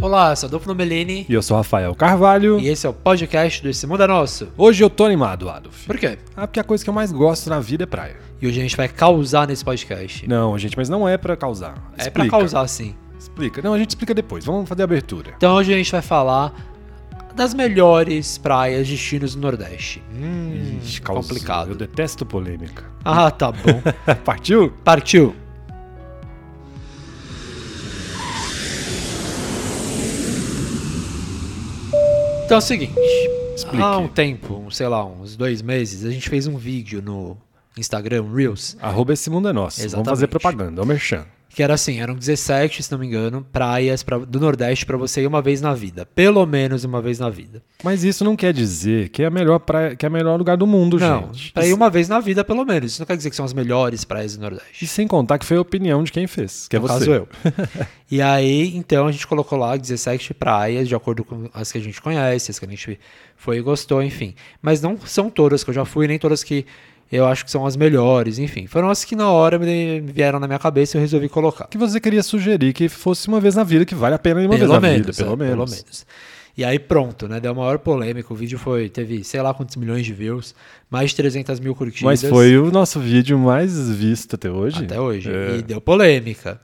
Olá, eu sou Adolfo Nomelini E eu sou Rafael Carvalho. e esse é o podcast do Esse Mundo é Nosso. Hoje eu tô animado, Adolf. Por quê? Ah, porque a coisa que eu mais gosto na vida é praia. E hoje a gente vai causar nesse podcast. Não, gente, mas não é pra causar. É pra causar, sim. Explica. Não, a gente explica depois. Vamos fazer a abertura. Então hoje a gente vai falar das melhores praias, destinos do Nordeste. Hum, Ixi, causou. Eu complicado. detesto polêmica. Ah, tá bom. Partiu? Partiu. Então é o seguinte. Explique. Há um tempo, um, sei lá, uns dois meses, a gente fez um vídeo no Instagram, um Reels, Arroba esse mundo é nosso. Exatamente. Vamos fazer propaganda. É o merchan. que era assim, eram 17, se não me engano, praias pra- do Nordeste pra você ir uma vez na vida. Pelo menos uma vez na vida. Mas isso não quer dizer que é a melhor praia, que é o melhor lugar do mundo, não, gente. pra ir uma vez na vida, pelo menos. Isso não quer dizer que são as melhores praias do Nordeste. E sem contar que foi a opinião de quem fez, que é No você. caso, eu. E aí, então, a gente colocou lá 17 praias, de acordo com as que a gente conhece, as que a gente foi e gostou, enfim. Mas não são todas que eu já fui, nem todas que eu acho que são as melhores, enfim. Foram as que na hora me me vieram na minha cabeça e eu resolvi colocar. Que você queria sugerir que fosse uma vez na vida, que vale a pena ir uma vez na vida, é, pelo menos. Pelo menos. E aí pronto, né? Deu a maior polêmica. O vídeo foi, teve sei lá quantos milhões de views, mais de 300 mil curtidas. Mas foi o nosso vídeo mais visto até hoje. Até hoje. É. E deu polêmica.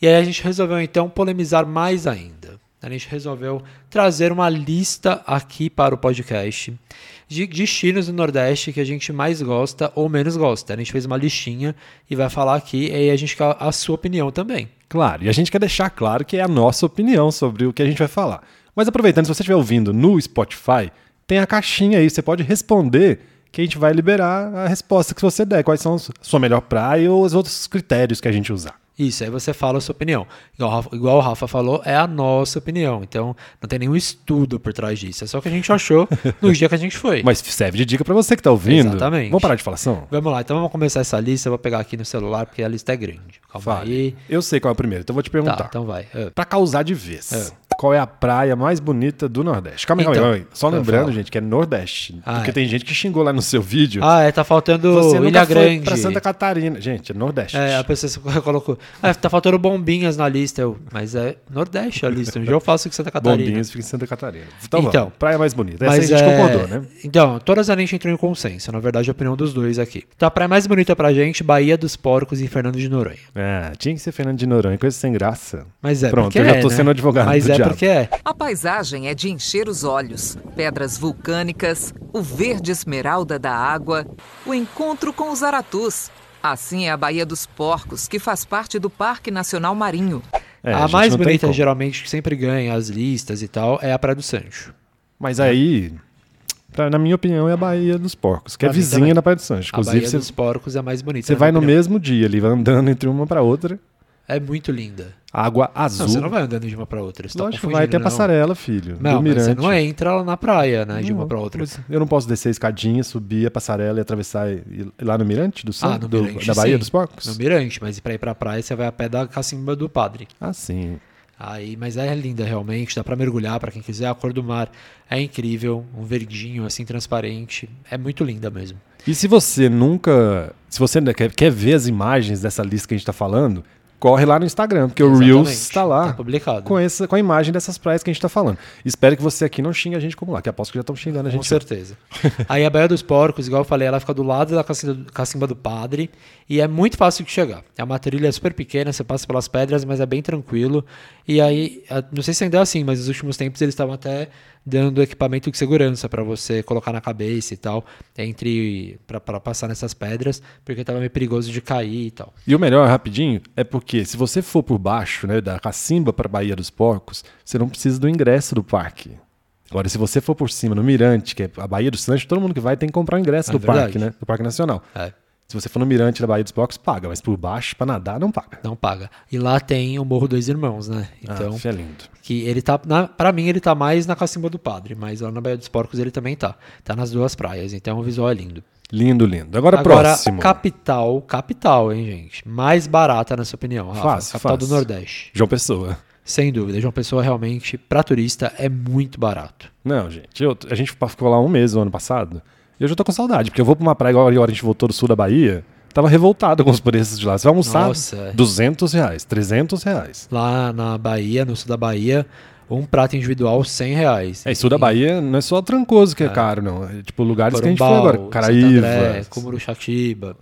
E aí a gente resolveu então polemizar mais ainda. A gente resolveu trazer uma lista aqui para o podcast de destinos do Nordeste que a gente mais gosta ou menos gosta. A gente fez uma listinha e vai falar aqui e aí a gente quer a sua opinião também. Claro, e a gente quer deixar claro que é a nossa opinião sobre o que a gente vai falar. Mas aproveitando, se você estiver ouvindo no Spotify, tem a caixinha aí, você pode responder que a gente vai liberar a resposta que você der, quais são a sua melhor praia ou os outros critérios que a gente usar. Isso, aí você fala a sua opinião. Igual, o Rafa- igual o Rafa falou, é a nossa opinião. Então, não tem nenhum estudo por trás disso. É só o que a gente achou no dia que a gente foi. Mas serve de dica pra você que tá ouvindo. Exatamente. Vamos parar de falação? Vamos lá, então vamos começar essa lista. Eu vou pegar aqui no celular, porque a lista é grande. Calma aí. Eu sei qual é o primeiro, então eu vou te Tá, perguntar. então vai. Ah, Pra causar de vez. Qual é a praia mais bonita do Nordeste? Calma aí, Então, calma aí. calma aí. Só eu lembrando, falo. gente. gente, que é Nordeste. Ah, porque é. tem gente que xingou lá no seu vídeo. Ah, é, tá faltando Você nunca Ilha foi Grande. pra Santa Catarina. Gente, é Nordeste. É, a pessoa se- colocou. Ah, tá faltando bombinhas na lista. Eu, mas é Nordeste a lista. Um dia eu faço com Santa Catarina. Bombinhas fica em Santa Catarina. Então, Então. vamos. praia mais bonita. Essa a gente é, concordou, né? Então, todas a gente entrou em consenso. Na verdade, a opinião dos dois aqui. Então, a praia mais bonita pra gente, Bahia dos Porcos e Fernando de Noronha. Ah, tinha que ser Fernando de Noronha, coisa sem graça. Mas é Pronto, porque eu já é, tô né? sendo advogado Mas do é diabo. porque é. A paisagem é de encher os olhos. Pedras vulcânicas, o verde esmeralda da água, o encontro com os aratus. Assim é a Baía dos Porcos, que faz parte do Parque Nacional Marinho. É, a gente mais não tem bonita, como. geralmente, que sempre ganha as listas e tal, é a Praia do Sancho. Mas aí, pra- na minha opinião, é a Bahia dos Porcos, que é Pra mim vizinha também. da Praia do Sancho. a Baía Inclusive, você, dos Porcos é a mais bonita. você na vai no minha opinião. mesmo dia ali, vai andando entre uma pra outra. É muito linda. Água azul. Não, você não vai andando de uma pra outra. Você Lógico, tá vai até confundindo, não. passarela, filho. Não, do mas você mirante. não entra na praia, né? De uma Não, é. pra outra. mas Eu não posso descer a escadinha, subir a passarela e atravessar e- e lá no Mirante do Santo, do- da Bahia Ah, sim. dos Porcos? No Mirante, mas pra ir pra praia você vai a pé da cacimba do padre. Ah, sim. Aí, mas é linda realmente, dá pra mergulhar pra quem quiser. A cor do mar é incrível, um verdinho assim transparente. É muito linda mesmo. E se você nunca. Se você ainda quer, quer ver as imagens dessa lista que a gente tá falando, corre lá no Instagram, porque o Reels Exatamente, está lá. tá publicado. Com, essa, com a imagem dessas praias que a gente tá falando. Espero que você aqui não xingue a gente como lá, que aposto que já estão xingando a Com gente. certeza. Aí a Baía dos Porcos, igual eu falei, ela fica do lado da cacimba, cacimba do padre e é muito fácil de chegar. É uma trilha super pequena, você passa pelas pedras, mas é bem tranquilo. E aí, a- não sei se ainda é assim, mas nos últimos tempos eles estavam até dando equipamento de segurança pra você colocar na cabeça e tal, entre pra- pra passar nessas pedras, porque tava meio perigoso de cair e tal. E o melhor, rapidinho, é porque se você for por baixo, né, da Cacimba para Bahia dos Porcos, você não precisa do ingresso do parque. Agora, se você for por cima, no Mirante, que é a Bahia do Sancho, todo mundo que vai tem que comprar o ingresso É do verdade. parque, né? Do Parque Nacional. É. Se você for no Mirante da Bahia dos Porcos, paga, mas por baixo, pra nadar, não paga. Não paga. E lá tem o Morro Dois Irmãos, né? Então, ah, isso é lindo. Que ele tá. Na, pra mim, ele tá mais na cacimba do padre, mas lá na Baía dos Porcos ele também tá. Tá nas duas praias, então o visual é lindo. Lindo, lindo. Agora, Agora, próximo. capital, capital, hein, gente? Mais barata, na sua opinião. Rafa, Fácil, capital do fácil. Nordeste. João Pessoa. Sem dúvida. João Pessoa realmente, pra turista, é muito barato. Não, gente, eu- a gente ficou lá um mês o ano passado. E eu já tô com saudade, porque eu vou pra uma praia igual agora a gente voltou do sul da Bahia. Tava revoltado com os preços de lá. Você vai almoçar Nossa. é. 200 reais, 300 reais. Lá na Bahia, no sul da Bahia, um prato individual, 100 reais. É, e sul da Bahia não é só Trancoso que é, caro, não. É, tipo, lugares que a gente foi Corumbau, agora. Santo um André, Caraíva. É. Cumuruxatiba.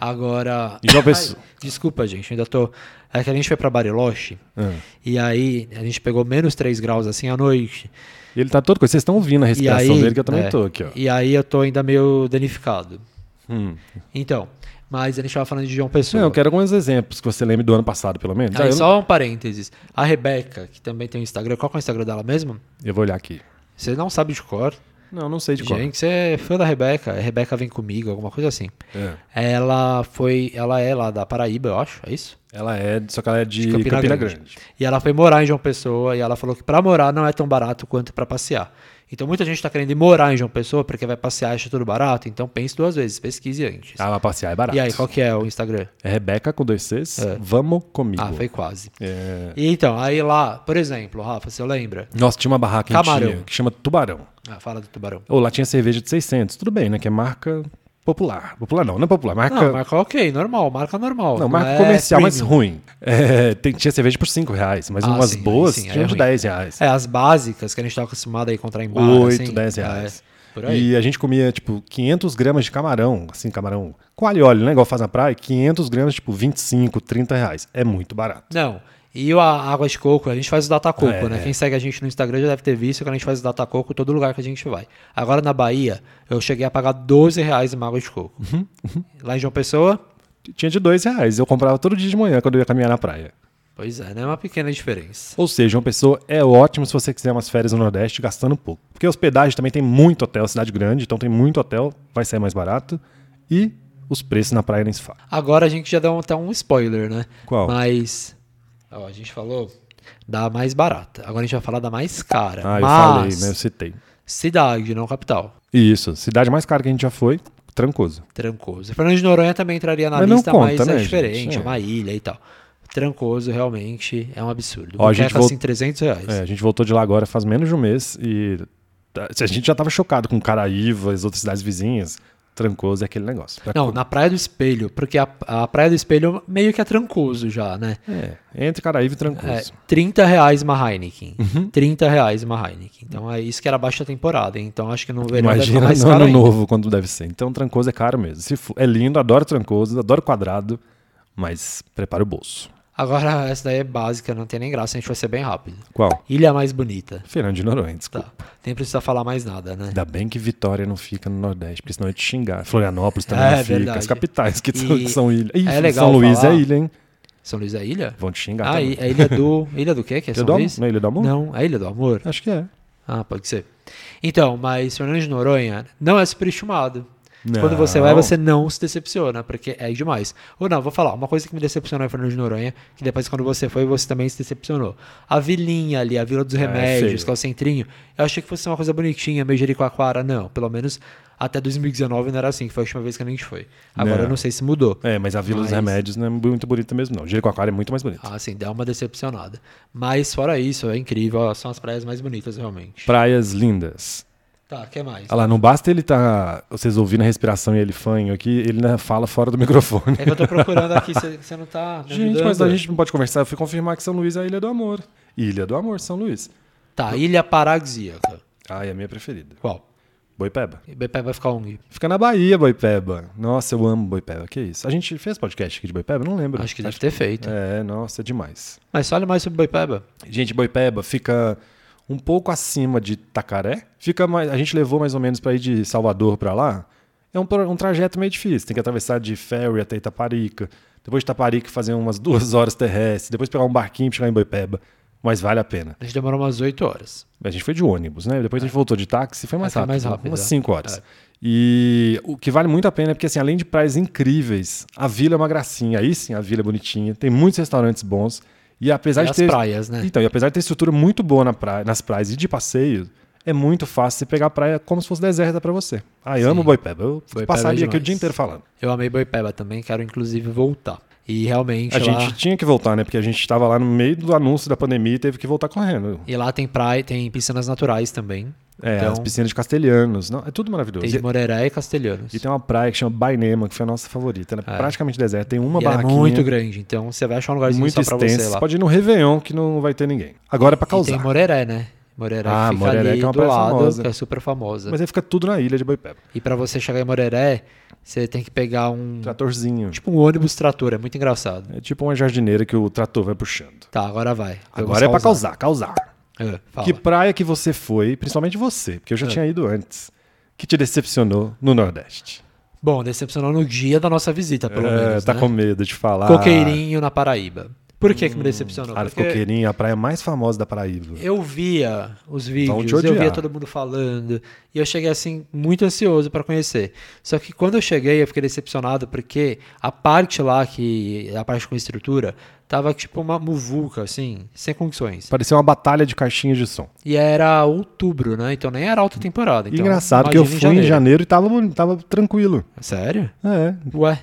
Agora. E João Pessoa. Ai, desculpa, gente, ainda tô. É que a gente foi pra Bariloche Ah. e aí a gente pegou menos 3 graus assim à noite. Ele tá todo coisa. Vocês estão ouvindo a E respiração aí, dele, que eu também é, tô aqui, ó. E aí eu tô ainda meio danificado. Hum. Então, mas a gente tava falando de João Pessoa. Não, eu quero alguns exemplos que você lembra do ano passado, pelo menos. Ah, Aí, eu, só um parênteses. A Rebeca, que também tem um Instagram, qual que é o Instagram dela mesmo? eu vou olhar aqui. Você não sabe de cor. Não, não sei de qual. Gente, você é fã da Rebeca. É Rebeca vem comigo, alguma coisa assim. É. Ela foi. Ela é lá da Paraíba, eu acho, é isso? Ela é, só que ela é de, Campina, Grande. E ela foi morar em João Pessoa e ela falou que pra morar não é tão barato quanto pra passear. Então muita gente tá querendo ir morar em João Pessoa porque vai passear e acha tudo barato. Então pense duas vezes, pesquise antes. Ah, mas passear é barato. e aí, qual que é o Instagram? É Rebeca com dois Cs, vamos comigo. É. Ah, foi quase. É. E então, aí lá, por exemplo, Rafa, você lembra? Nossa, tinha uma barraca em Camarão. Tinha, que chama Tubarão. Ah, fala do tubarão. Ou lá tinha cerveja de 600, tudo bem, né? Que é marca popular. Popular não, não é popular, marca... Não, marca ok, normal, marca normal. Não, marca é comercial, mas premium. ruim. É, tem- tinha cerveja por 5 reais, mas Ah, umas sim, aí boas sim, aí tinha é de ruim. 10 reais. É, as básicas que a gente tá acostumado a encontrar em bar. 8, assim, 10 é, reais. por aí. E a gente comia, tipo, 500 gramas de camarão, assim, camarão com alho e óleo, né? Igual faz na praia, 500 gramas, tipo, 25, 30 reais. É muito barato. Não, e a água de coco, a gente faz o data coco, É, né? Quem segue a gente no Instagram já deve ter visto que a gente faz o data coco em todo lugar que a gente vai. Agora na Bahia, eu cheguei a pagar 12 reais uma água de coco. Uhum, Lá em João Pessoa, Tinha de 2 reais, eu comprava todo dia de manhã quando eu ia caminhar na praia. pois é, né? Uma pequena diferença. Ou seja, uma pessoa é ótimo se você quiser umas férias no Nordeste gastando pouco. Porque hospedagem também tem muito hotel, cidade grande, então tem muito hotel, vai sair mais barato. E os preços na praia nem se fala. Agora a gente já deu até um spoiler, né? Qual? Mas, ó, a gente falou da mais barata. Agora a gente vai falar da mais cara. Ah, eu falei, Mas, né? Eu citei. Cidade, não capital. E isso, cidade mais cara que a gente já foi, Trancoso. Trancoso. Fernando de Noronha também entraria na Mas não lista, conta, mas né, é gente? diferente, É. é uma ilha e tal. Trancoso realmente é um absurdo. Ó, a Ó, gente gente vol- assim, 300 reais. É, a gente voltou de lá agora faz menos de um mês e tá- a gente já tava chocado com Caraíva, as outras cidades vizinhas. Trancoso é aquele negócio. Pra- Não, na Praia do Espelho, porque a, a Praia do Espelho meio que é trancoso já, né? É, entre Caraíva e Trancoso. É, 30 reais uma Heineken. Uhum. 30 reais uma Heineken. Então é isso que era baixa temporada, hein? então acho que no verão deve ficar Imagina mais no caro ano ainda. novo quando deve ser. Então Trancoso é caro mesmo. Se for- é lindo, adoro Trancoso, adoro quadrado, mas prepara o bolso. Agora essa daí é básica, não tem nem graça, a gente vai ser bem rápido. Qual? Ilha mais bonita. Fernando de Noronha, desculpa. Tá. Nem precisa falar mais nada, né? Ainda bem que Vitória não fica no Nordeste, porque senão eu ia te xingar. Florianópolis também É, não fica. verdade. As capitais que, são- E que são ilha. Ih, é legal São Luís falar- é ilha, hein? São Luís é ilha? Vão te xingar Ah, também. e- é Ilha do. Ilha do quê? Que é Ilha São do Amor? Luís? Não é Ilha do Amor? Não, é Ilha do Amor? Acho que é. Ah, pode ser. Então, mas Fernando de Noronha não é superestimado. Não. Quando você vai, você não se decepciona, porque é demais. Ou não, vou falar, uma coisa que me decepcionou em Fernando de Noronha, que depois quando você foi, você também se decepcionou. A vilinha ali, a Vila dos feio. Remédios, que é o centrinho, eu achei que fosse uma coisa bonitinha, meio Jericoacoara. Não, pelo menos até 2019 não era assim, que foi a última vez que a gente foi. Agora Não. eu não sei se mudou. É, mas a Vila dos Mas- Remédios não é muito bonita mesmo, não. Jericoacoara é muito mais bonita. Ah, sim, dá uma decepcionada. Mas fora isso, é incrível. São as praias mais bonitas, realmente. Praias lindas. Tá, o que mais? Olha lá, não basta ele tá. Vocês ouvindo a respiração e ele fanho aqui, ele ainda fala fora do microfone. É que eu tô procurando aqui, você não tá me Gente, ajudando. mas a gente não pode conversar. Eu fui confirmar que São Luís é a Ilha do Amor. Ilha do Amor, São Luís. Tá, Ilha Paradisíaca. Ah, é a minha preferida. Qual? Boipeba. BP vai ficar um. Fica na Bahia, Boipeba. Nossa, eu amo Boipeba. Que isso? A gente fez podcast aqui de Boipeba? Não lembro. Acho que deve ter feito. É, nossa, é demais. Mas fale mais sobre Boipeba. Gente, Boipeba fica um pouco acima de Tacaré. Fica mais, a gente levou mais ou menos para ir de Salvador para lá. É um, pro- um trajeto meio difícil. Tem que atravessar de ferry até Itaparica. Depois de Itaparica, fazer umas duas horas terrestres. Depois pegar um barquinho pra chegar em Boipeba. Mas vale a pena. A gente demorou umas 8 horas. A gente foi de ônibus, né? Depois a gente voltou de táxi, foi mais Foi rápido. mais rápido, umas é. 5 horas. E o que vale muito a pena é porque, assim, além de praias incríveis, a vila é uma gracinha. Aí sim, a vila é bonitinha. Tem muitos restaurantes bons. E apesar E de as ter. praias, né? Então, e apesar de ter estrutura muito boa na praia- nas praias e de passeio, é muito fácil você pegar a praia como se fosse deserta pra você. Ai, amo Boipeba. Eu Boipeba passaria é aqui o demais. dia inteiro falando. Eu amei Boipeba também, quero inclusive voltar. E realmente A lá... gente tinha que voltar, né? Porque a gente tava lá no meio do anúncio da pandemia e teve que voltar correndo. E lá tem praia, tem piscinas naturais também. É, Então- as piscinas de Castelhanos. Não, é tudo maravilhoso. Tem de Moreré e Castelhanos. E tem uma praia que chama Bainema, que foi a nossa favorita. Ela é, praticamente deserta. Tem uma E ela é barraquinha muito grande, então você vai achar um lugarzinho muito só pra extensa. você lá. pode ir no Réveillon, que não vai ter ninguém. Agora é pra E tem causar. Moreré, né? Moreré Ah, que fica Moreré, ali que é uma do praia lado, famosa. que é super famosa. Mas aí fica tudo na ilha de Boipeba. E pra você chegar em Moreré, você tem que pegar um... Tratorzinho. Tipo um ônibus trator, é muito engraçado. É tipo uma jardineira que o trator vai puxando. Tá, agora vai. Vamos Agora é pra causar, causar. É, fala. É. Que praia que você foi, principalmente você, porque eu já tinha ido antes, que te decepcionou no Nordeste? Bom, decepcionou no dia da nossa visita, pelo É, menos, tá né? com medo de falar. Coqueirinho na Paraíba. Por que que me decepcionou? Ah, Porque Coqueirinho, a praia mais famosa da Paraíba. eu via os Vão Então te vídeos, odiar. eu via todo mundo falando, e eu cheguei assim muito ansioso pra conhecer. Só que quando eu cheguei, eu fiquei decepcionado porque a parte lá que a parte com estrutura tava tipo uma muvuca assim, sem condições. Parecia uma batalha de caixinhas de som. E era outubro, né? Então nem era alta temporada, E então. Engraçado que eu fui imagina em janeiro e tava, boni- tava tranquilo. Sério? É. Ué.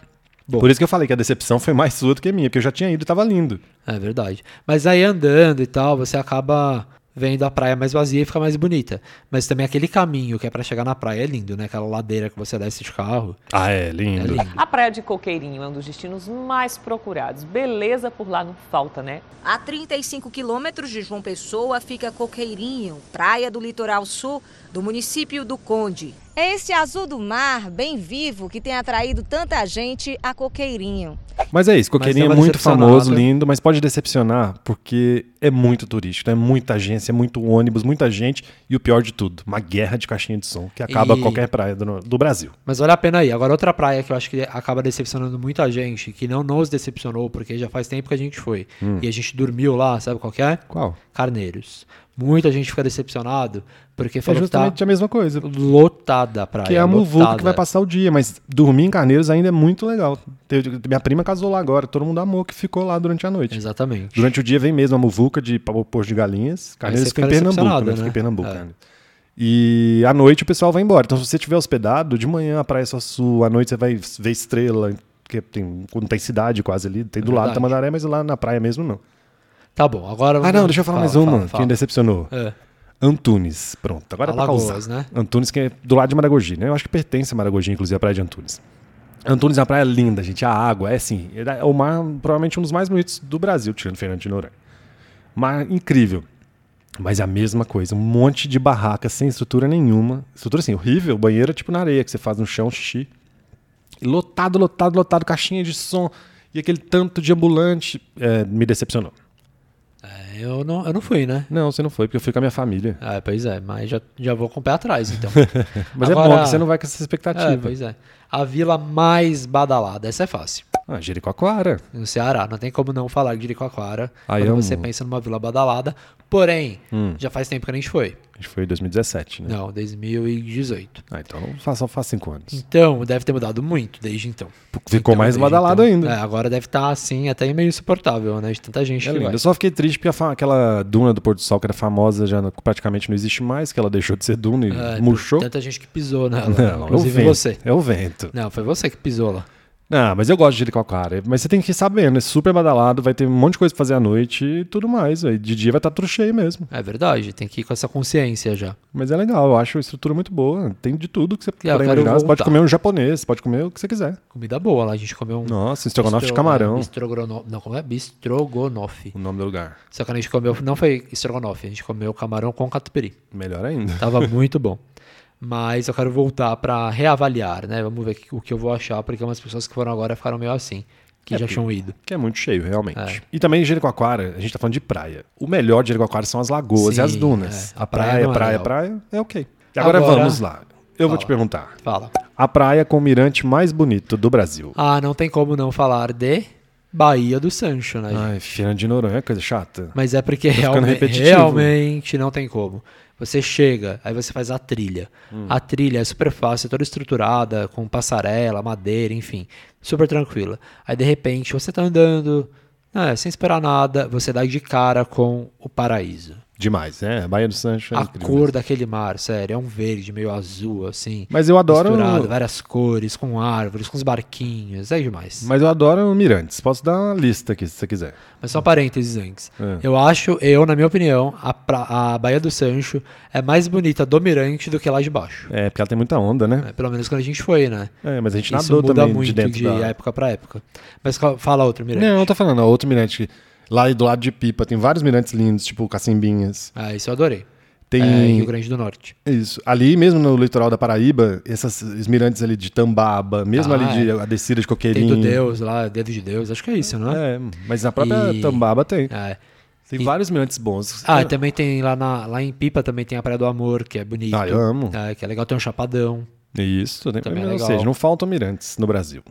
Bom. Por isso que eu falei que a decepção foi mais sua do que minha, porque eu já tinha ido e tava lindo. É verdade. Mas aí andando e tal, você acaba vendo a praia mais vazia e fica mais bonita. Mas também aquele caminho que é pra chegar na praia é lindo, né? Aquela ladeira que você desce de carro. Ah, é, É lindo. lindo. A Praia de Coqueirinho é um dos destinos mais procurados. Beleza por lá não falta, né? A 35 quilômetros de João Pessoa fica Coqueirinho, praia do litoral sul do município do Conde. É esse azul do mar, bem vivo, que tem atraído tanta gente a Coqueirinho. Mas é isso, Coqueirinho é tava muito decepcionado. famoso, lindo, mas pode decepcionar porque é muito turístico, é muita agência, é muito ônibus, muita gente e o pior de tudo, uma guerra de caixinha de som que acaba E- qualquer praia do, do Brasil. Mas vale a pena aí. Agora, outra praia que eu acho que acaba decepcionando muita gente, que não nos decepcionou, porque já faz tempo que a gente foi. Hum. E a gente dormiu lá, sabe qual que é? Qual? Carneiros. Muita gente fica decepcionado porque É falou que tá justamente a mesma coisa. lotada a praia. Que é a muvuca lotada. que vai passar o dia, mas dormir em Carneiros ainda é muito legal. Teve- Minha prima casou lá agora, todo mundo amou que ficou lá durante a noite. Exatamente. Durante o dia vem mesmo a muvuca de pau- porto de galinhas. Carneiros você fica em fica Pernambuco, decepcionado, né? Fica em né? Pernambuco, É. né? E à noite o pessoal vai embora. Então, se você estiver hospedado, de manhã a praia é só sua, à noite você vai ver estrela, que tem, não tem cidade quase ali, tem do lado da verdade. Tamandaré, mas lá na praia mesmo não. Tá bom, agora... Ah, não, deixa eu falar mais uma, que me decepcionou. É. Antunes, pronto, agora é pra Alagoas, causar. né? Antunes que é do lado de Maragogi, né? Eu acho que pertence a Maragogi, inclusive, a praia de Antunes. Antunes é uma praia linda, gente, a água, é assim, é o mar provavelmente um dos mais bonitos do Brasil, tirando Fernando de Noronha. Mar incrível. Mas é a mesma coisa, um monte de barraca sem estrutura nenhuma. Estrutura assim, horrível, banheiro é tipo na areia, que você faz no chão, xixi. E lotado, lotado, lotado, caixinha de som e aquele tanto de ambulante. É, me decepcionou. Eu não, eu não fui, né? Não, você não foi, porque eu fui com a minha família. Ah, pois é, mas já, já vou com o pé atrás, então. Mas é Agora- bom que você não vai com essa É, expectativa. pois é. A vila mais badalada, essa é fácil. Ah, Jericoacoara. No Ceará, não tem como não falar de Jericoacoara Ai, quando amo. Hum. você pensa numa vila badalada. Porém, já faz tempo que a gente foi. A gente foi em 2017, né? Não, 2018. Ah, então faz, só faz cinco anos. Então, deve ter mudado muito desde então. Ficou Então, mais desde badalado então. ainda. É, agora deve estar assim, até meio insuportável, né? De tanta gente É que lindo. vai. Eu só fiquei triste porque a fa- aquela duna do Porto do Sol, que era famosa, já não- praticamente não existe mais, que ela deixou de ser duna e É, murchou. Tanta gente que pisou nela. Não, é o inclusive vento. você. É o vento. Não, foi você que pisou lá. Ah, mas eu gosto de Jericoacoara. Mas você tem que ir sabendo, é super badalado, vai ter um monte de coisa pra fazer à noite e tudo mais. Aí de dia vai estar tudo cheio mesmo. É verdade, tem que ir com essa consciência já. Mas é legal, eu acho a estrutura muito boa. Tem de tudo que você puder quero imaginar. Você pode voltar. comer um japonês, você pode comer o que você quiser. Comida boa lá, a gente comeu um Nossa, estrogonofe de Bistro- camarão. bistrogono- Não, como é? Bistrogonofe. O nome do lugar. Só que a gente comeu. Não foi estrogonofe, a gente comeu camarão com catupiry. Melhor ainda. Tava muito bom. Mas eu quero voltar pra reavaliar, né? Vamos ver o que eu vou achar, porque umas pessoas que foram agora ficaram meio assim, que já tinham ido. Que é muito cheio, realmente. E também Jericoacoara, a gente tá falando de praia. O melhor de Jericoacoara são as lagoas Sim, e as dunas. é. A A praia praia, praia, não é praia, legal. praia, é ok. E agora, Agora- vamos lá. Eu vou Fala. te perguntar. Fala. A praia com o mirante mais bonito do Brasil. Ah, não tem como não falar de Bahia do Sancho, né? gente? Ai, Fernando de Noronha, coisa chata. Mas é porque Tá ficando realme- repetitivo. realmente não tem como. Você chega, aí você faz a trilha. Hum. A trilha é super fácil, é toda estruturada, com passarela, madeira, enfim. Super tranquila. Aí de repente é, você tá andando, né, sem esperar nada, você dá de cara com o paraíso. demais, né? A Baía do Sancho é a incrível. cor daquele mar, sério. É um verde meio azul, assim. Mas eu adoro- Misturado, várias cores, com árvores, com os barquinhos. É demais. Mas eu adoro Mirantes. Posso dar uma lista aqui, se você quiser. Mas só parênteses antes. É. Eu acho, eu, na minha opinião, a, pra- a Baía do Sancho é mais bonita do Mirante do que lá de baixo. É, porque ela tem muita onda, né? É, Pelo menos quando a gente foi, né? É, mas a gente Isso nadou muda também muito de dentro da... época pra época. Mas cal- fala outro, Mirante. Não, eu tô falando, ó, outro mirante lá do lado de Pipa. Tem vários mirantes lindos, tipo Cacimbinhas. Ah, isso eu adorei. Tem... É, Rio Grande do Norte. Isso. Ali mesmo no litoral da Paraíba, essas esses mirantes ali de Tambaba, mesmo Ah, ali de é. a descida de Tem Coqueirinho. do Deus lá, Dedo de Deus, acho que é isso, não é? É, mas na própria E- Tambaba tem. É. Tem e- vários mirantes bons. Ah, e Eu- também tem lá, na, lá em Pipa também tem a Praia do Amor, que é bonito. Ah, eu amo. É, que é legal, tem um chapadão. Isso, né? Também é Ou legal. seja, não faltam mirantes no Brasil.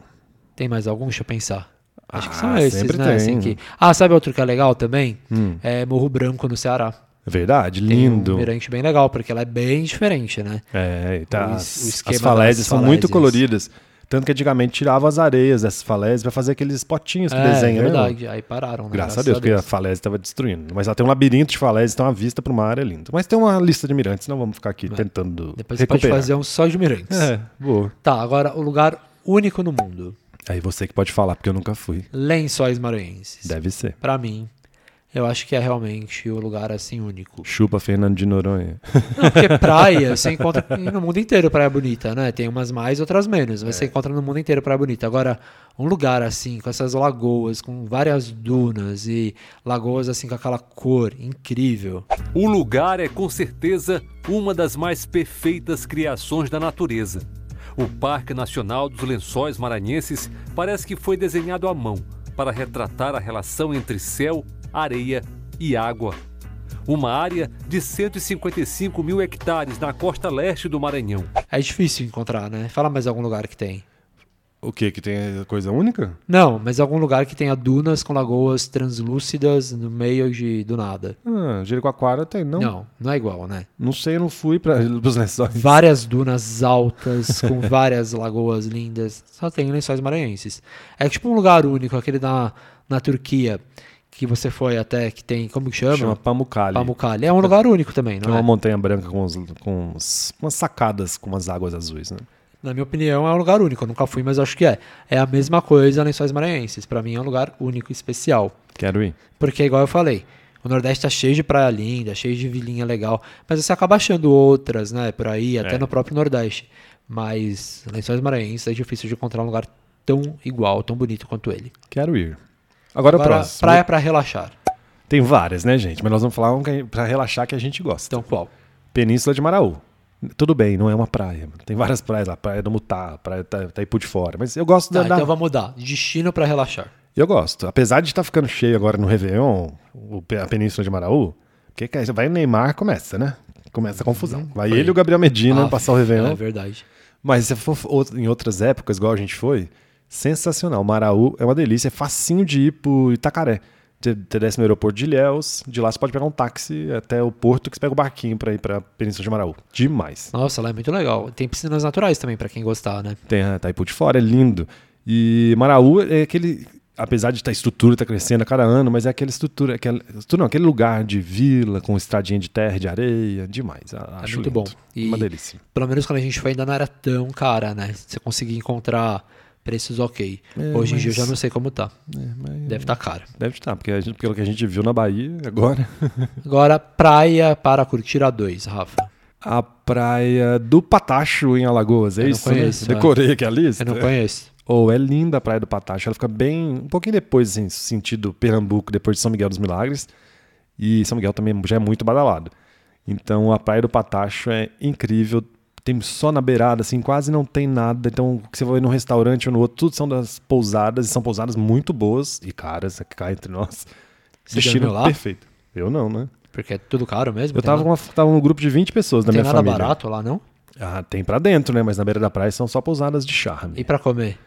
Tem mais algum? Deixa eu pensar. Acho que Ah, são esses, sempre né? tem. Hum. assim que- Ah, sabe outro que é legal também? É Morro Branco no Ceará. É Verdade, Tem lindo. um mirante bem legal, porque ela é bem diferente, né? É, e O tá, es- o as, esquema as falésias das são muito falésias. coloridas. Tanto que antigamente tiravam as areias dessas falésias pra fazer aqueles potinhos que é, desenham, né? verdade. Aí pararam, né? Graças, a Deus, porque a falésia estava destruindo. Mas ela tem um labirinto de falésias, então a vista para o mar é lindo. Mas tem uma lista de mirantes, não vamos ficar aqui tentando É. Depois você pode recuperar. fazer um só de mirantes. É, boa. Tá, agora o lugar único no mundo. Aí você que pode falar, porque eu nunca fui. Lençóis Maranhenses. Deve ser. Pra mim, eu acho que é realmente o lugar assim único. Chupa Fernando de Noronha. Não, porque praia, você encontra no mundo inteiro praia bonita, né? Tem umas mais, outras menos, mas você encontra no mundo inteiro praia bonita. Agora, um lugar assim, com essas lagoas, com várias dunas e lagoas assim com aquela cor incrível. O lugar é com certeza uma das mais perfeitas criações da natureza. O Parque Nacional dos Lençóis Maranhenses parece que foi desenhado à mão para retratar a relação entre céu, areia e água. Uma área de 155 mil hectares na costa leste do Maranhão. É difícil encontrar, né? Fala mais algum lugar que tem. O que? Que tem coisa única? Não, mas algum lugar que tenha dunas com lagoas translúcidas no meio de do nada. Ah, Jericoacoara tem, não? Não, não, é igual, né? Não sei, eu não fui para os lençóis. Várias dunas altas, com várias lagoas lindas. Só tem lençóis maranhenses. É tipo um lugar único, aquele na, na Turquia, que você foi até, que tem. Como que chama? Chama Pamukkale. Pamukkale. É um lugar único também, Que é uma não é? montanha branca com, uns- com uns- umas sacadas com umas águas azuis, né? Na minha opinião, é um lugar único. Eu nunca fui, mas eu acho que é. É a mesma coisa lençóis maranhenses. Pra mim é um lugar único e especial. Quero ir. Porque, é igual eu falei, o Nordeste tá cheio de praia linda, cheio de vilinha legal, mas você acaba achando outras, né, por aí, até no próprio Nordeste. Mas Lençóis Maranhenses é difícil de encontrar um lugar tão igual, tão bonito quanto ele. Quero ir. Agora, é o Agora, próximo. praia pra relaxar. Tem várias, né, gente? Mas nós vamos falar um que- pra relaxar que a gente gosta. Então, qual? Península de Maraú. Tudo bem, não é uma praia. Tem várias praias lá. Praia do Mutá, praia tá, Itaipu de Fora. Mas eu gosto Tá, da... da- então vamos mudar. Destino pra relaxar. Eu gosto. Apesar de estar ficando cheio agora no Réveillon, o pe- a Península de Maraú, porque que é isso? vai Neymar, começa, né? Começa a confusão. Vai ele e o Gabriel Medina Uhum. Ah, passar o Réveillon. É verdade. Mas se for out- em outras épocas, igual a gente foi, sensacional. Maraú é uma delícia, é facinho de ir pro Itacaré. Você você desce no aeroporto de Ilhéus, de lá você pode pegar um táxi até o porto, que você pega o barquinho pra ir pra Península de Maraú. Demais. Nossa, lá é muito legal. Tem piscinas naturais também, pra quem gostar, né? Tem a Itaipu de fora, é lindo. E Maraú é aquele. Apesar de tá- a estrutura tá crescendo a cada ano, mas é aquela estrutura, aquela, estrutura não, aquele lugar de vila, com estradinha de terra, de areia, demais. A- É Acho muito lindo. bom. E- Uma delícia. Pelo menos quando a gente foi ainda não era tão cara, né? Você conseguia encontrar preços ok. É, Hoje em dia eu já não sei como tá. Deve tá caro. Deve estar, porque a gente- pelo que a gente viu na Bahia agora. Agora, praia para curtir a dois, Rafa. A praia do Patacho, em Alagoas, é Eu não isso? né? conheço, é. Decorei aqui a lista. Eu não conheço. Ou é linda a praia do Patacho, ela fica bem, um pouquinho depois, assim, sentido Pernambuco, depois de São Miguel dos Milagres. E São Miguel também já é muito badalado. Então a praia do Patacho é incrível, tem só na beirada, assim, quase não tem nada. Então o que você vai num restaurante ou no outro, tudo são das pousadas, e são pousadas muito boas e caras, é que cá entre nós. Você dormiu lá? perfeito. Eu não, né? Porque é tudo caro mesmo. Eu tem tava, nada- com uma, tava um grupo de 20 pessoas na Tem minha nada família. barato lá, não? Ah, tem pra dentro, né? Mas na beira da praia são só pousadas de charme. E pra comer?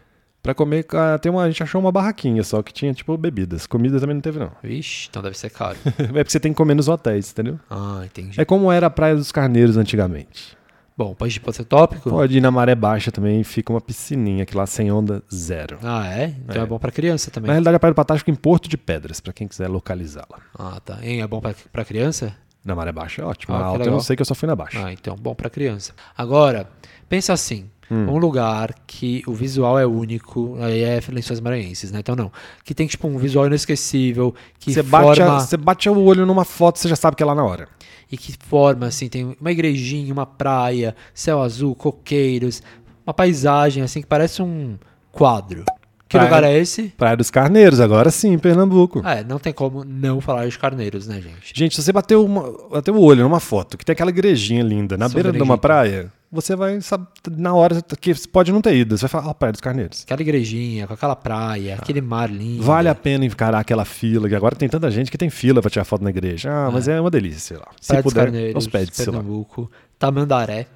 Pra comer, ah, tem uma, a gente achou uma barraquinha só que tinha, tipo, bebidas. Comida também não teve, não. Vixe, então deve ser caro. É porque você tem que comer nos hotéis, entendeu? ah, entendi. É como era a Praia dos Carneiros antigamente. Bom, pode ir pra outro tópico? Pode ir na maré baixa também, fica uma piscininha que lá sem onda, zero. Ah, é? Então é, bom pra criança também. Na realidade, a Praia do Patástico fica em Porto de Pedras, pra quem quiser localizá-la. Ah, tá. Hein, é bom pra, pra criança? Na maré baixa é ótimo. Ah, na que alta eu legal. não sei que eu só fui na baixa. Ah, então, bom pra criança. Agora, pensa assim. Hum. Um lugar que o visual é único, aí é Lençóis Maranhenses, né? Então não. Que tem, tipo, um visual inesquecível, que Você bate, a- forma... você bate o olho numa foto, você já sabe que é lá na hora. E que forma, assim, tem uma igrejinha, uma praia, céu azul, coqueiros, uma paisagem, assim, que parece um quadro. Que Praia. lugar é esse? Praia dos Carneiros, agora sim, em Pernambuco. Ah, é, não tem como não falar de carneiros, né, gente? Gente, se você bateu, uma- bateu o olho numa foto que tem aquela igrejinha linda na São beira de uma Benedito. praia, você vai, sabe, na hora que você pode não ter ido, você vai falar, ó, Praia dos Carneiros. Aquela igrejinha, com aquela praia, aquele mar lindo. Ah. Vale a pena encarar aquela fila, que agora tem tanta gente que tem fila pra tirar foto na igreja. Ah, mas é uma delícia, sei lá. Se Praia dos puder, Carneiros, os pede, sei lá. Pernambuco, Tamandaré.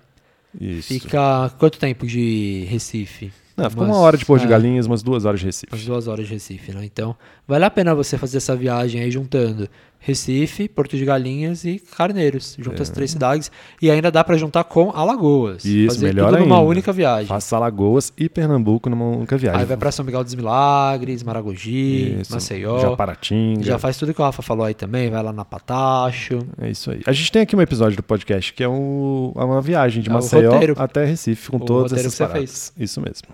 Isso. Fica quanto tempo de Recife? Não, ficou uma Umas- hora de Porto de é, Galinhas, umas duas horas de Recife. Umas duas horas de Recife, né? Então, vale a pena você fazer essa viagem aí juntando Recife, Porto de Galinhas e Carneiros. Junta É. as três cidades e ainda dá pra juntar com Alagoas. Isso, fazer melhor tudo ainda. numa única viagem. Faça Alagoas e Pernambuco numa única viagem. Aí vai pra São Miguel dos Milagres, Maragogi, Isso. Maceió. Japaratinga. Já faz tudo que o Rafa falou aí também, vai lá na Patacho. É isso aí. A gente tem aqui um episódio do podcast que é, um- é uma viagem de É o Maceió roteiro. até Recife com O todas roteiro essas que você paradas. Isso mesmo.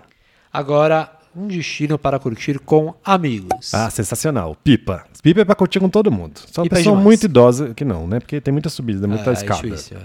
Agora, um destino para curtir com amigos. Ah, sensacional. Pipa. Pipa é pra curtir com todo mundo. Só uma Pipa é pessoa demais. muito idosa que não, né? Porque tem muita subida, muita É, é escada. difícil, é.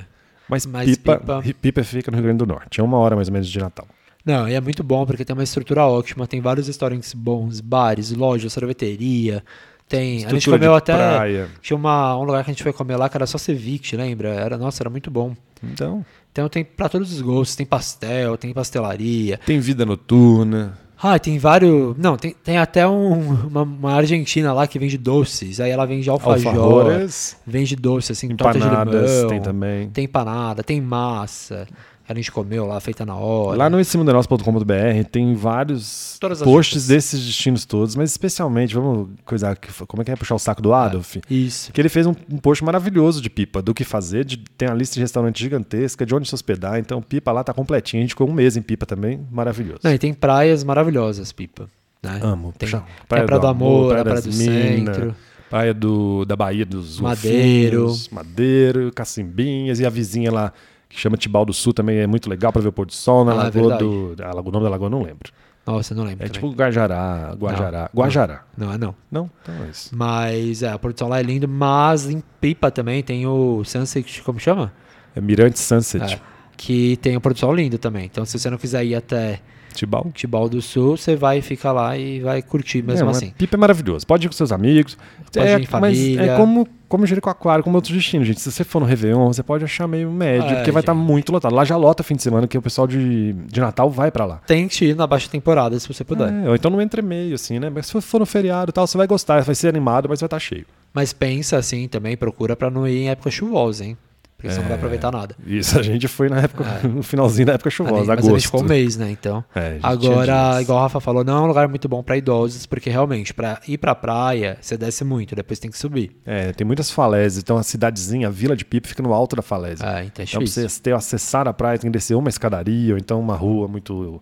Mas, Mas pipa, pipa... Pipa- fica no Rio Grande do Norte. É uma hora mais ou menos de Natal. Não, e é muito bom porque tem uma estrutura ótima, tem vários restaurantes bons, bares, lojas, sorveteria, tem... a gente Estrutura de comeu até... praia. Tinha uma, um lugar que a gente foi comer lá que era só ceviche, lembra? Era, nossa, era muito bom. Então, Então tem pra todos os gostos, tem pastel, tem pastelaria. tem vida noturna. Ah, tem vários... Não, tem, tem até um- uma, uma argentina lá que vende doces, aí ela vende alfajor, Alfajores. vende doce, assim, torta de Empanadas limão. tem também. Tem empanada, tem massa, a gente comeu lá, feita na hora. Lá no encimundanós.com.br tem vários Todas as posts dicas. desses destinos todos, mas especialmente, vamos coisar, que foi- como é que é puxar o saco do Adolf? Isso. Que ele fez um, um post maravilhoso de pipa, do que fazer, de- tem a lista de restaurantes gigantesca, de onde se hospedar, então pipa lá tá completinho, a gente ficou um mês em pipa também, maravilhoso. Não, e tem praias maravilhosas, Pipa. Né? Amo, Tem puxa, praia, do Amor, é Praia, das do Minas, Centro. Praia do, da Bahia dos Madeiro. Golfinhos, Madeiro, Cacimbinhas e a vizinha lá que chama Tibau do Sul também é muito legal pra ver o pôr do sol na Ah, é lagoa do. a lagoa- O nome da lagoa eu não lembro. Nossa, eu não lembro. É também. tipo Guajará, Guajará. Guajará. Não, é não. Não? Então é isso. Mas é, a produção lá é linda, mas em Pipa também tem o Sunset, como chama? É Mirante Sunset. É, que tem o produção lindo também. Então, se você não quiser ir até Tibau. Tibau do Sul, você vai ficar lá e vai curtir mesmo É, mas assim. Pipa é maravilhoso. Pode ir com seus amigos. Pode é, ir em mas família. é como, como Jericoacoara, como outros destinos, gente. Se você for no Réveillon, você pode achar meio médio, É, porque vai estar gente. muito lotado. Lá já lota fim de semana, que o pessoal de, de Natal vai pra lá. Tente ir na baixa temporada, se você puder. É, ou então no entremeio, assim, né? Mas se for no feriado e tal, você vai gostar, vai ser animado, mas vai estar cheio. Mas pensa assim também, procura pra não ir em época chuvosa, hein? Porque você não É. vai aproveitar nada. Isso, a gente foi na época, no finalzinho da época Ah, chuvosa, nem- É. mas agosto. a gente ficou um mês, né? Então. É, a gente tinha Agora, dias. igual o Rafa falou, não é um lugar muito bom pra idosos, porque realmente, pra ir pra praia, você desce muito, depois tem que subir. É, tem muitas falésias. Então a cidadezinha, a vila de Pipa, fica no alto da falésia. Ah, então é então pra difícil. você ter, acessar a praia, tem que descer uma escadaria, ou então uma rua muito.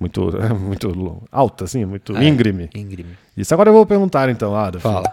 Muito, muito alta, assim, muito íngreme. Íngreme. Isso agora eu vou perguntar, então, Adolf. É. Fala.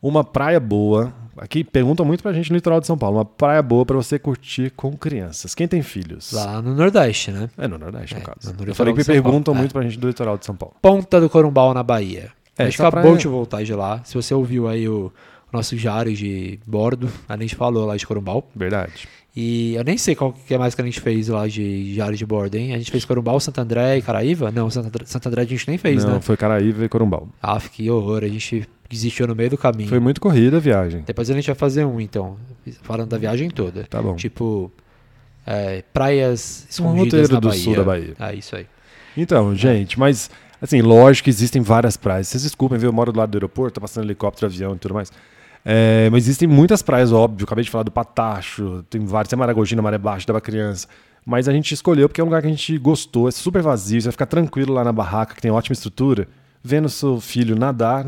Uma praia boa. Aqui perguntam muito pra gente no litoral de São Paulo. Uma praia boa pra você curtir com crianças. Quem tem filhos? Lá no Nordeste, né? É, no Nordeste, no caso. no eu litoral falei que de São perguntam Paulo. É. muito pra gente do litoral de São Paulo. Ponta do Corumbau, na Bahia. É, a gente essa acabou praia- de voltar de lá. Se você ouviu aí o nosso diário de bordo, a gente falou lá de Corumbau. Verdade. E eu nem sei qual que é mais que a gente fez lá de diário de bordo, hein? A gente fez Corumbau, Santo André e Caraíva? Não, Santo André, Santo André a gente nem fez, Não, né? foi Caraíva e Corumbau. Ah, que horror. A gente desistiu no meio do caminho. Foi muito corrida a viagem. Depois a gente vai fazer um, então. Falando da viagem toda. Tá bom. Um Tipo, é, praias escondidas roteiro na do Bahia. sul da Bahia. Ah, isso aí. Então, gente, mas assim, lógico que existem várias praias. Vocês desculpem, viu? Eu moro do lado do aeroporto, tá passando helicóptero, avião e tudo mais. É, mas existem muitas praias, óbvio. Acabei de falar do Patacho, tem várias, tem Maragogina, Maré Baixa, da Criança. Mas a gente escolheu porque é um lugar que a gente gostou, é super vazio, você vai ficar tranquilo lá na barraca, que tem ótima estrutura, vendo seu filho nadar.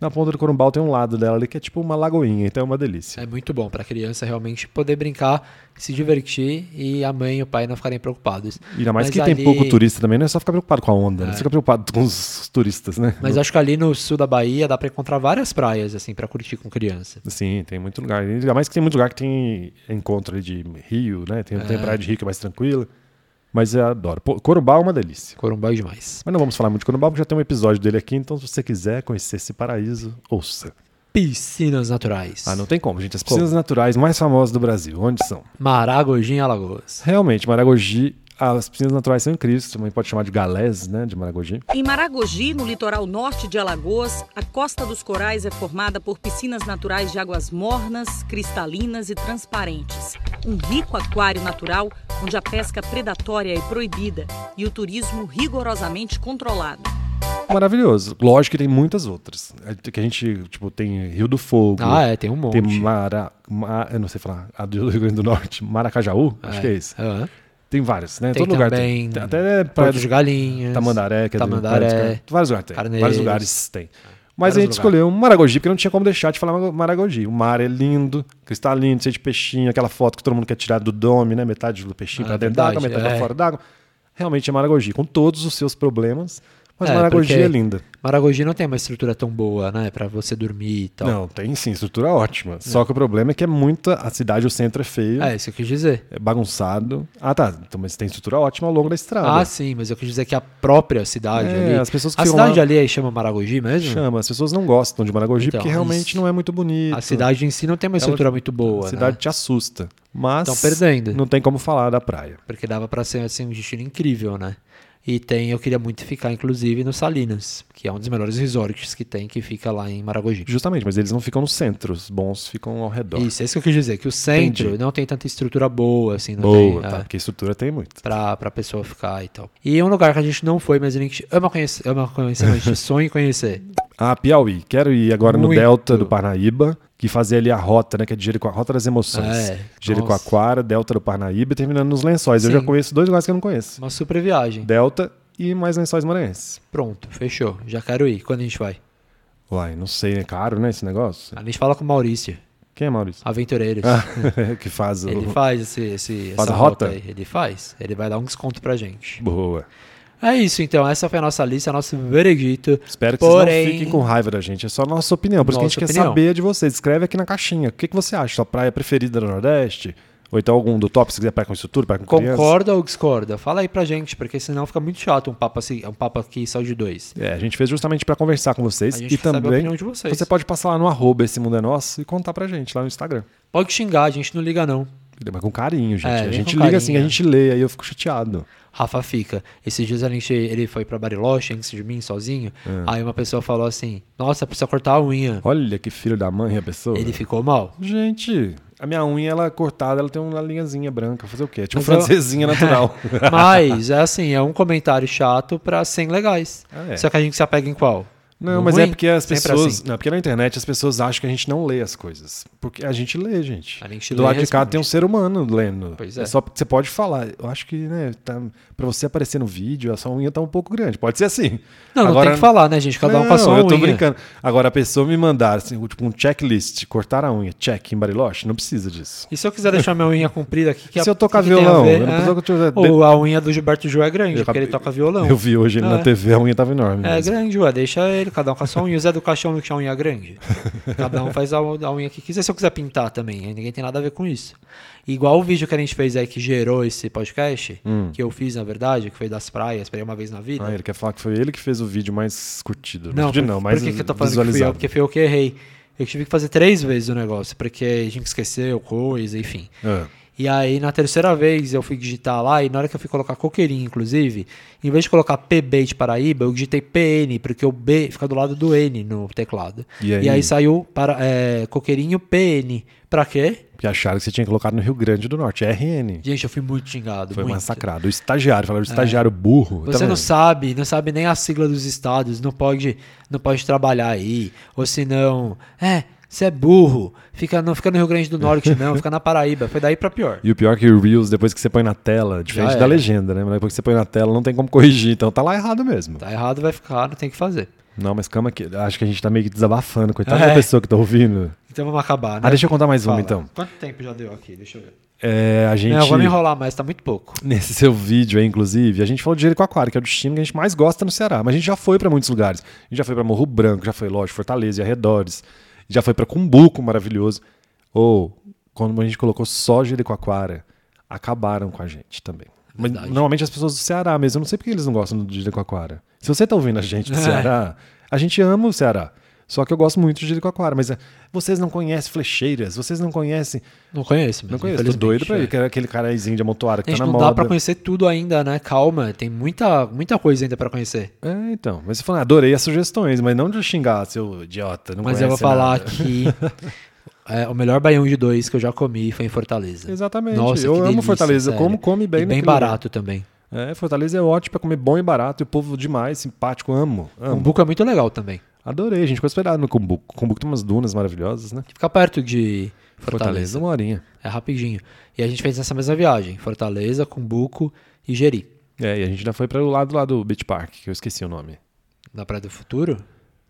Na ponta do Corumbau tem um lado dela ali que é tipo uma lagoinha, então é uma delícia. É muito bom pra criança realmente poder brincar, se divertir e a mãe e o pai não ficarem preocupados. E ainda mais Mas que ali- tem pouco turista também, não é só ficar preocupado com a onda, né? Você fica preocupado com os turistas, né? Mas acho que ali no sul da Bahia dá pra encontrar várias praias, assim, pra curtir com criança. Sim, tem muito lugar. E Ainda mais que tem muito lugar que tem encontro ali de rio, né? Tem, tem praia de rio que é mais tranquila. Mas eu adoro. Pô, Corumbá é uma delícia. Corumbá é demais. Mas não vamos falar muito de Corumbá, porque já tem um episódio dele aqui. Então, se você quiser conhecer esse paraíso, ouça. Piscinas naturais. Ah, não tem como, gente. As piscinas naturais mais famosas do Brasil, onde são? Maragogi, em Alagoas. Realmente, Maragogi, as piscinas naturais são incríveis. Também pode chamar de galés, né? De Maragogi. Em Maragogi, no litoral norte de Alagoas, a Costa dos Corais é formada por piscinas naturais de águas mornas, cristalinas e transparentes. Um rico aquário natural onde a pesca predatória é proibida e o turismo rigorosamente controlado. Maravilhoso. Lógico que tem muitas outras. É Que a gente, tipo, tem Rio do Fogo. Ah, é, tem um monte. Tem Mara, Ma- eu não sei falar, a do Rio Grande do Norte, Maracajaú, acho que é isso. Aham. Tem vários, né? Tem Todo lugar também tem. Até Praia Praia dos do Galinhas. Tamandaré, que é do- Tamandaré. vários lugares tem. Carneiros. É, Vários lugares tem. Mas a gente Vários lugares. escolheu um Maragogi, porque não tinha como deixar de falar Mar- Maragogi. O mar é lindo, cristalino, cheio de peixinho, aquela foto que todo mundo quer tirar do dome, né? Metade do peixinho Ah, pra dentro verdade, d'água, metade é. pra fora d'água. Realmente é Maragogi, com todos os seus problemas. Mas É, Maragogi porque é linda. Maragogi não tem uma estrutura tão boa, né? Pra você dormir e tal. Não, tem sim, estrutura ótima. Só que o problema é que é muita. A cidade, o centro é feio. É, isso que eu quis dizer. é bagunçado. Ah, tá. Então, mas tem estrutura ótima ao longo da estrada. Ah, sim, mas eu quis dizer que a própria cidade É, ali. as pessoas que a ficam cidade lá- ali aí chama Maragogi mesmo? Chama. As pessoas não gostam de Maragogi Então, porque realmente isso. não é muito bonito. A cidade em si não tem uma Ela- estrutura muito boa. A cidade né? te assusta. Mas. Tão perdendo. Não tem como falar da praia. Porque dava pra ser assim, um destino incrível, né? E tem, eu queria muito ficar, inclusive, no Salinas, que é um dos melhores resorts que tem, que fica lá em Maragogi. Justamente, mas eles não ficam no centro. Os bons ficam ao redor. Isso, é isso que eu quis dizer, que o centro Entendi. não tem tanta estrutura boa, assim, não tem. Boa, tá? é. Porque estrutura tem muito. pra, pra pessoa ficar e tal. E um lugar que a gente não foi, mas a gente ama conhecer, ama conhecer, mas a gente sonha em conhecer. Ah, Piauí. Quero ir agora no Muito. Delta do Parnaíba e fazer ali a rota, né? Que é de Jerico... a Rota das Emoções. É, Jericoacoara, Delta do Parnaíba e terminando nos Lençóis. Sim. Eu já conheço dois lugares que eu não conheço. é Uma super viagem. Delta e mais Lençóis Maranhenses. Pronto, fechou. Já quero ir. Quando a gente vai? Uai, não sei, é caro, né, esse negócio? A gente fala com o Maurício, Quem é Maurício? aventureiros. que faz o... Ele faz esse, esse, Ah. Uhum. Faz essa a rota? aí. Ele faz. Ele vai dar um desconto pra gente. Boa. É isso, então. Essa foi a nossa lista, nosso veredito. Espero que Porém, vocês não fiquem com raiva da gente. É só nossa opinião. Por isso que a gente Nossa quer opinião. saber de vocês. Escreve aqui na caixinha. O que, que você acha? Sua praia preferida do Nordeste? Ou então algum do top, se quiser praia com estrutura, praia com criança? Concorda ou discorda? Fala aí pra gente, porque senão fica muito chato um papo, assim, um papo aqui só de dois. É, a gente fez justamente pra conversar com vocês. A gente E quer saber a também opinião de vocês. você pode passar lá no arroba Esse Mundo É Nosso e contar pra gente lá no Instagram. Pode xingar, a gente não liga não. Mas com carinho, gente. É, a vem gente com liga assim, a carinho. gente lê, aí eu fico chateado. Rafa fica. Esses dias a gente, ele foi pra Bariloche antes de mim, sozinho. É. Aí uma pessoa falou assim: Nossa, precisa cortar a unha. Olha que filho da mãe a pessoa. Ele ficou mal. Gente, a minha unha ela é cortada, ela tem uma linhazinha branca. Fazer o quê? É Tipo Mas eu- francesinha natural. Mas é assim, é um comentário chato pra 100 legais. Ah, é. Só que a gente se apega em qual? Não, No mas é ruim? porque as Sempre pessoas. assim. Não, é porque na internet as pessoas acham que a gente não lê as coisas. Porque a gente lê, gente. A gente Do lê e lado de cá responde. tem um ser humano lendo. Pois é. só porque você pode falar. Eu acho que, né, tá, pra você aparecer no vídeo, a sua unha tá um pouco grande. Pode ser assim. Não, não tem que falar, né, gente? Cada um com a sua Não, eu tô unha. brincando. Agora, a pessoa me mandar, assim, tipo, um checklist, cortar a unha, check em Bariloche, não precisa disso. E se eu quiser deixar minha unha comprida aqui? Que E a- se eu tocar que tem a violão? ver, Eu não é? preciso que eu te- Ou a unha do Gilberto Gil é grande, Eu porque ele acabei- toca violão. Eu vi hoje ele Ah, na é. TV, a unha tava enorme. É mesmo. grande, ué, deixa ele, cada um com a sua unha. O Zé do Caixão não tinha unha grande. Cada um faz a, a unha que quiser. Se eu quiser pintar também, aí ninguém tem nada a ver com isso. Igual o vídeo que a gente fez aí que gerou esse podcast, que eu fiz, na verdade, que foi das praias, pra ir uma vez na vida. Hum. Ah, ele quer falar que foi ele que fez o vídeo mais curtido. Não, curtido por, não, mais por que, que eu tô falando que fui eu? visualizado. Porque foi eu que errei. Eu tive que fazer três vezes o negócio, porque a gente esqueceu coisa, enfim. Ah. E aí, na terceira vez, eu fui digitar lá, e na hora que eu fui colocar coqueirinho, inclusive, em vez de colocar PB de Paraíba, eu digitei PN, porque o B fica do lado do N no teclado. E aí? saiu para, é, coqueirinho PN. Pra quê? Porque acharam que você tinha colocado no Rio Grande do Norte, RN. Gente, eu fui muito xingado. Foi muito. É. massacrado. O estagiário, falaram, o estagiário burro. tá Você não vendo? sabe, não sabe nem a sigla dos estados, não pode, não pode trabalhar aí, ou senão, é, você é burro, fica, não fica no Rio Grande do Norte não, fica na Paraíba, foi daí pra pior. E o pior é que o Reels, depois que você põe na tela, diferente Já da era. legenda, né? Mas depois que você põe na tela, não tem como corrigir. Então tá lá errado mesmo. Tá errado, vai ficar, não tem o que fazer. Não, mas calma que acho que a gente tá meio que desabafando, coitada É. da pessoa que tá ouvindo. Então vamos acabar, né? Ah, deixa eu contar mais uma Fala. então. Quanto tempo já deu aqui? Deixa eu ver. É, a gente Não, vamos enrolar mais, tá muito pouco. nesse seu vídeo aí, inclusive, a gente falou de Jericoacoara, que é o destino que a gente mais gosta no Ceará, mas a gente já foi pra muitos lugares. A gente já foi pra Morro Branco, já foi lógico, Fortaleza e arredores. Já foi pra Cumbuco, maravilhoso. Ou quando a gente colocou só Jericoacoara, acabaram com a gente também. Mas normalmente as pessoas do Ceará mesmo, eu não sei porque eles não gostam de Jericoacoara. Se você tá ouvindo a gente do Ceará, a gente ama o Ceará. Só que eu gosto muito de Jericoacoara, mas é, vocês não conhecem Flecheiras, vocês não conhecem Não conheço mesmo. não conheço, tô infelizmente, doido pra é. ele, que era aquele carazinho de amontoara que Gente, tá não na moda. dá pra conhecer tudo ainda, né? Calma, tem muita, muita coisa ainda pra conhecer. É, então. Mas você falou, ah, adorei as sugestões, mas não de xingar, seu idiota. Não Mas eu vou conhece falar nada. que é, o melhor baião de dois que eu já comi foi em Fortaleza. Exatamente, Nossa, eu que amo delícia, Fortaleza, sério. como come bem E bem naquele lugar. barato também. É, Fortaleza é ótimo pra comer bom e barato, e o povo demais, simpático, amo. amo. Cumbuco é muito legal também. Adorei, a gente ficou esperado no Cumbuco. Cumbuco tem umas dunas maravilhosas, né? Fica perto de Fortaleza, Fortaleza. uma horinha. É rapidinho. E a gente fez nessa mesma viagem. Fortaleza, Cumbuco e Jeri. É, e a gente ainda foi para o lado lá do Beach Park, que eu esqueci o nome. Na Praia do Futuro?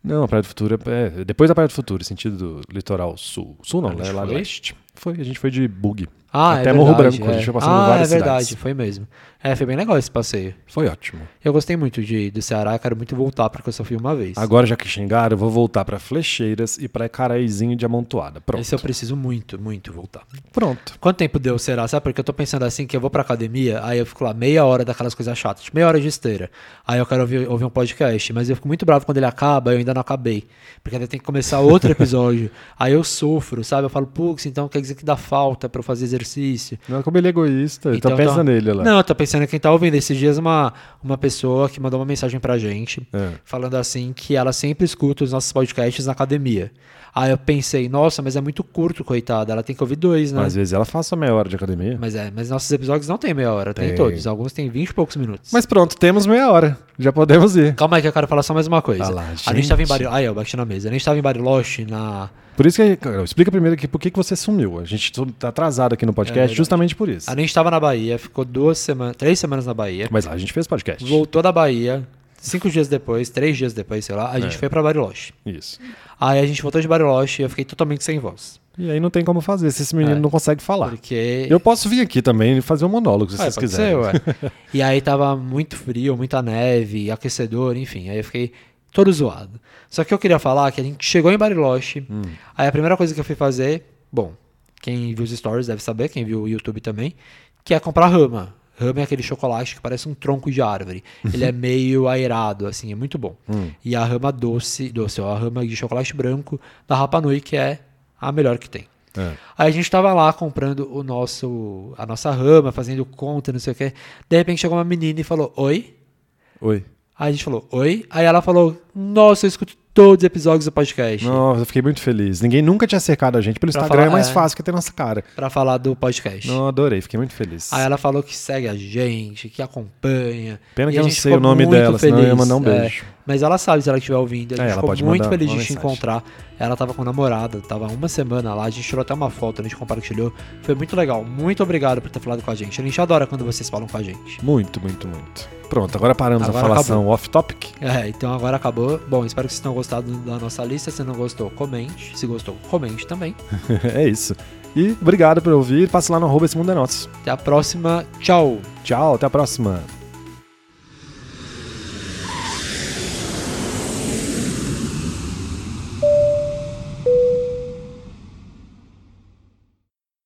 Não, a Praia do Futuro é, é depois da Praia do Futuro, sentido do litoral sul. Sul não, A né? gente Lá do foi? leste. Foi, a gente foi de bug. Ah, Até é Morro verdade, Branco, é. a gente foi passando ah, por várias é verdade, cidades. foi mesmo. É, foi bem legal esse passeio. Foi ótimo. Eu gostei muito de, do Ceará, quero muito voltar porque eu só fui uma vez. Agora, já que xingaram, eu vou voltar pra Flecheiras e pra Caraizinho de Amontoada. Pronto. Esse é eu preciso muito, muito voltar. Pronto. Quanto tempo deu, será? Sabe? Porque eu tô pensando assim, que eu vou pra academia, aí eu fico lá meia hora daquelas coisas chatas, tipo, meia hora de esteira. Aí eu quero ouvir, ouvir um podcast, mas eu fico muito bravo quando ele acaba eu ainda não acabei. Porque ainda tem que começar outro episódio. aí eu sofro, sabe? Eu falo, putz, então quer dizer que dá falta pra eu fazer exercício. Não é como ele é egoísta. Ele tá Então, pensando tá- nele lá. Não, eu tô pensando em quem tá ouvindo. Esses dias uma, uma pessoa que mandou uma mensagem pra gente, É. falando assim que ela sempre escuta os nossos podcasts na academia. Aí eu pensei, nossa, mas é muito curto, coitada. Ela tem que ouvir dois, né? Mas é. às vezes ela faz só meia hora de academia. Mas Mas, é, mas nossos episódios não tem meia hora, tem, Tem. todos. Alguns têm 20 e poucos minutos. pronto, temos meia hora. Já podemos ir. Calma aí que eu quero falar só mais uma coisa. Ah lá, a gente tava em gente. Bariloche. Aí, eu bati na mesa. A gente tava em Bariloche na. Por isso que. Cara, explica primeiro aqui por que que você sumiu. A gente tá atrasado É aqui no podcast justamente por isso. A gente tava na Bahia, ficou duas semanas, três semanas na Bahia. Mas lá a gente fez podcast. Voltou da Bahia, cinco dias depois, três dias depois, sei lá, a É. gente foi pra Bariloche. Isso. Aí a gente voltou de Bariloche e eu fiquei totalmente sem voz. E aí não tem como fazer, se esse menino não consegue falar. É. Porque. Eu posso vir aqui também e fazer um monólogo, se Ah, vocês pode ser, quiserem. ué. e aí tava muito frio, muita neve, aquecedor, enfim. Aí eu fiquei todo zoado. Só que eu queria falar que a gente chegou em Bariloche. Hum. Aí a primeira coisa que eu fui fazer, bom, quem viu os stories deve saber, quem viu o YouTube também, que é comprar rama. Rama é aquele chocolate que parece um tronco de árvore. Ele é meio aerado, assim, é muito bom. Hum. E a rama doce, doce, ó, a rama de chocolate branco da Rapa Nui, que é a melhor que tem. É. Aí a gente tava lá comprando o nosso, a nossa rama, fazendo conta, não sei o quê. De repente chegou uma menina e falou, oi. Oi. Aí a gente falou, oi. Aí ela falou, nossa, eu escuto todos os episódios do podcast. Nossa, eu fiquei muito feliz. Ninguém nunca tinha cercado a gente. Pelo Pra Instagram falar- é mais é. fácil que ter nossa cara. Pra falar do podcast. Não, adorei, fiquei muito feliz. Aí Ah, ela falou que segue a gente, que acompanha. Pena E que a eu não gente sei ficou o nome muito dela, senão eu ia feliz, mandar um é. beijo. mas ela sabe se ela estiver ouvindo. A É, gente ela ficou pode muito mandar feliz uma de te mensagem. encontrar. Ela tava com o namorado, tava uma semana lá, a gente tirou até uma foto, a gente compartilhou. Foi muito legal. Muito obrigado por ter falado com a gente. A gente adora quando vocês falam com a gente. Muito, muito, muito. Pronto, agora paramos a Agora falação off-topic. É, então agora acabou. Bom, espero que vocês tenham gostado da nossa lista. Se não gostou, comente. Se gostou, comente também. é isso. E obrigado por ouvir. Passa lá no arroba esse mundo é nosso. Até a próxima. Tchau! Tchau, até a próxima.